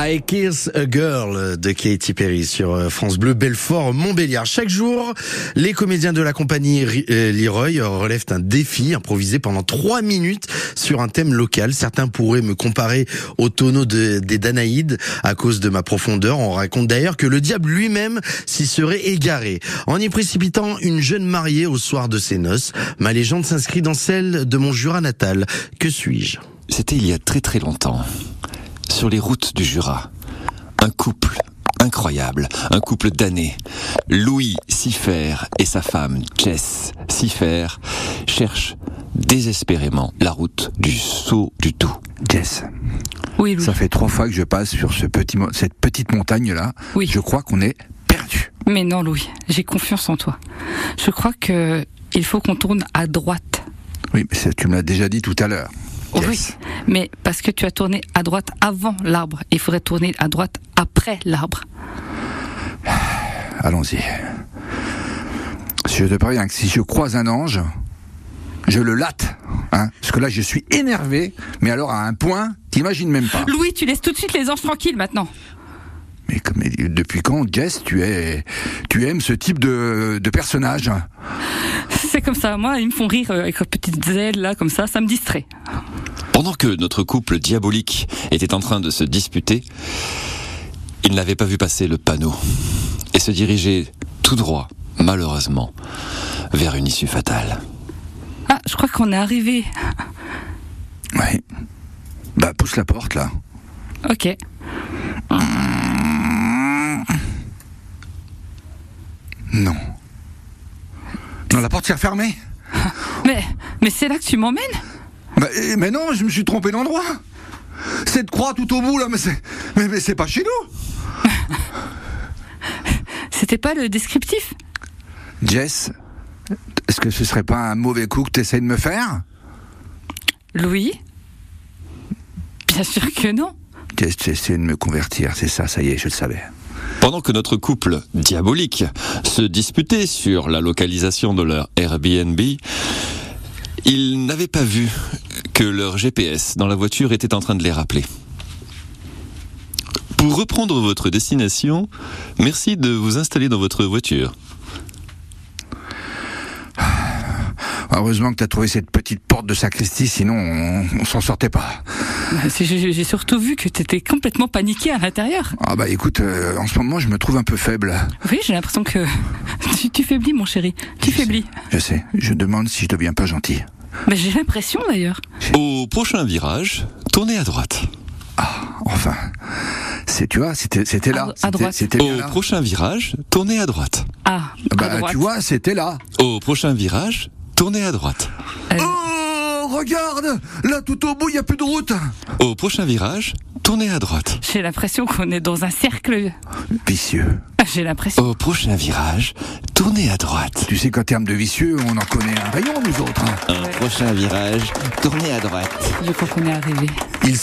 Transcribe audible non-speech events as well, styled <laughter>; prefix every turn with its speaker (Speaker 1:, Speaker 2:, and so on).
Speaker 1: I Kiss a Girl de Katy Perry sur euh, France Bleu Belfort Montbéliard. Chaque jour, les comédiens de la compagnie Ri- euh, Leroy relèvent un défi improvisé pendant trois minutes sur un thème local. Certains pourraient me comparer au tonneau de- des Danaïdes à cause de ma profondeur. On raconte d'ailleurs que le diable lui-même s'y serait égaré. En y précipitant une jeune mariée au soir de ses noces, ma légende s'inscrit dans celle de mon Jura natal. Que suis-je
Speaker 2: C'était il y a très très longtemps, sur les routes du Jura. Un couple incroyable, un couple d'années. Louis Siffer et sa femme Jess Siffer cherchent désespérément la route du Sceau du Doubs.
Speaker 3: Jess,
Speaker 4: Oui, Louis.
Speaker 3: ça fait trois fois que je passe sur ce petit, mo- cette petite montagne-là.
Speaker 4: Oui.
Speaker 3: Je crois qu'on est perdu.
Speaker 4: Mais non, Louis, j'ai confiance en toi. Je crois que il faut qu'on tourne à droite.
Speaker 3: Oui, mais ça, tu me l'as déjà dit tout à l'heure.
Speaker 4: Oui.
Speaker 3: Jess.
Speaker 4: Mais parce que tu as tourné à droite avant l'arbre, il faudrait tourner à droite après l'arbre.
Speaker 3: Allons-y. Je te préviens que si je croise un ange, je le latte. hein, parce que là, je suis énervé, mais alors à un point, t'imagines même pas.
Speaker 4: Louis, tu laisses tout de suite les anges tranquilles maintenant.
Speaker 3: Mais, comme- mais depuis quand, Jess, tu, es, tu aimes ce type de, de personnage
Speaker 4: <laughs> C'est comme ça, moi, ils me font rire euh, avec leurs petites ailes là, comme ça, ça me distrait.
Speaker 2: Pendant que notre couple diabolique était en train de se disputer, il n'avait pas vu passer le panneau et se dirigeait tout droit, malheureusement, vers une issue fatale.
Speaker 4: Ah, je crois qu'on est arrivé.
Speaker 3: Oui. Bah, pousse la porte, là.
Speaker 4: Ok.
Speaker 3: Non. Non, la porte s'est refermée
Speaker 4: Mais, mais c'est là que tu m'emmènes
Speaker 3: Bah, eh, mais non, je me suis trompé d'endroit. Cette croix tout au bout là, mais c'est, mais, mais c'est pas chez nous.
Speaker 4: C'était pas le descriptif
Speaker 3: Jess, est-ce que ce serait pas un mauvais coup que t'essayes de me faire
Speaker 4: Louis Bien sûr que non.
Speaker 3: Jess, tu essaies de me convertir, c'est ça, ça y est, je le savais.
Speaker 2: Pendant que notre couple diabolique se disputait sur la localisation de leur Airbnb, ils n'avaient pas vu que leur GPS dans la voiture était en train de les rappeler. Pour reprendre votre destination, merci de vous installer dans votre voiture.
Speaker 3: Heureusement que t'as trouvé cette petite porte de sacristie, sinon on, on s'en sortait pas.
Speaker 4: <coughs> C'est- J'ai j'ai surtout vu que t'étais complètement paniqué à l'intérieur.
Speaker 3: Ah bah écoute, euh, en ce moment je me trouve un peu faible.
Speaker 4: Oui, j'ai l'impression que <laughs> tu, tu faiblis, mon chéri. Tu faiblis.
Speaker 3: Je sais, je demande si je deviens pas gentil.
Speaker 4: Mais j'ai l'impression d'ailleurs.
Speaker 2: Au prochain virage, tournez à droite.
Speaker 3: Enfin, c'est, tu vois, c'était, c'était là.
Speaker 4: À- à
Speaker 3: C'était-
Speaker 4: droite.
Speaker 3: C'était bien
Speaker 2: Au
Speaker 3: là.
Speaker 2: prochain virage, tournez à droite.
Speaker 4: Ah, à
Speaker 3: Bah
Speaker 4: droite.
Speaker 3: tu vois, c'était là.
Speaker 2: Au prochain virage, tournez à droite.
Speaker 4: Euh,
Speaker 3: Oh, regarde Là, tout au bout, il n'y a plus de route
Speaker 2: Au prochain virage, tournez à droite.
Speaker 4: J'ai l'impression qu'on est dans un cercle.
Speaker 3: Vicieux.
Speaker 4: Ah, J'ai l'impression.
Speaker 2: Au prochain virage, tournez à droite.
Speaker 3: Tu sais qu'en termes de vicieux, on en connaît un rayon, nous autres. hein.
Speaker 2: Un prochain virage, tournez à droite.
Speaker 3: Oh.
Speaker 4: Je crois qu'on est arrivé.
Speaker 1: Il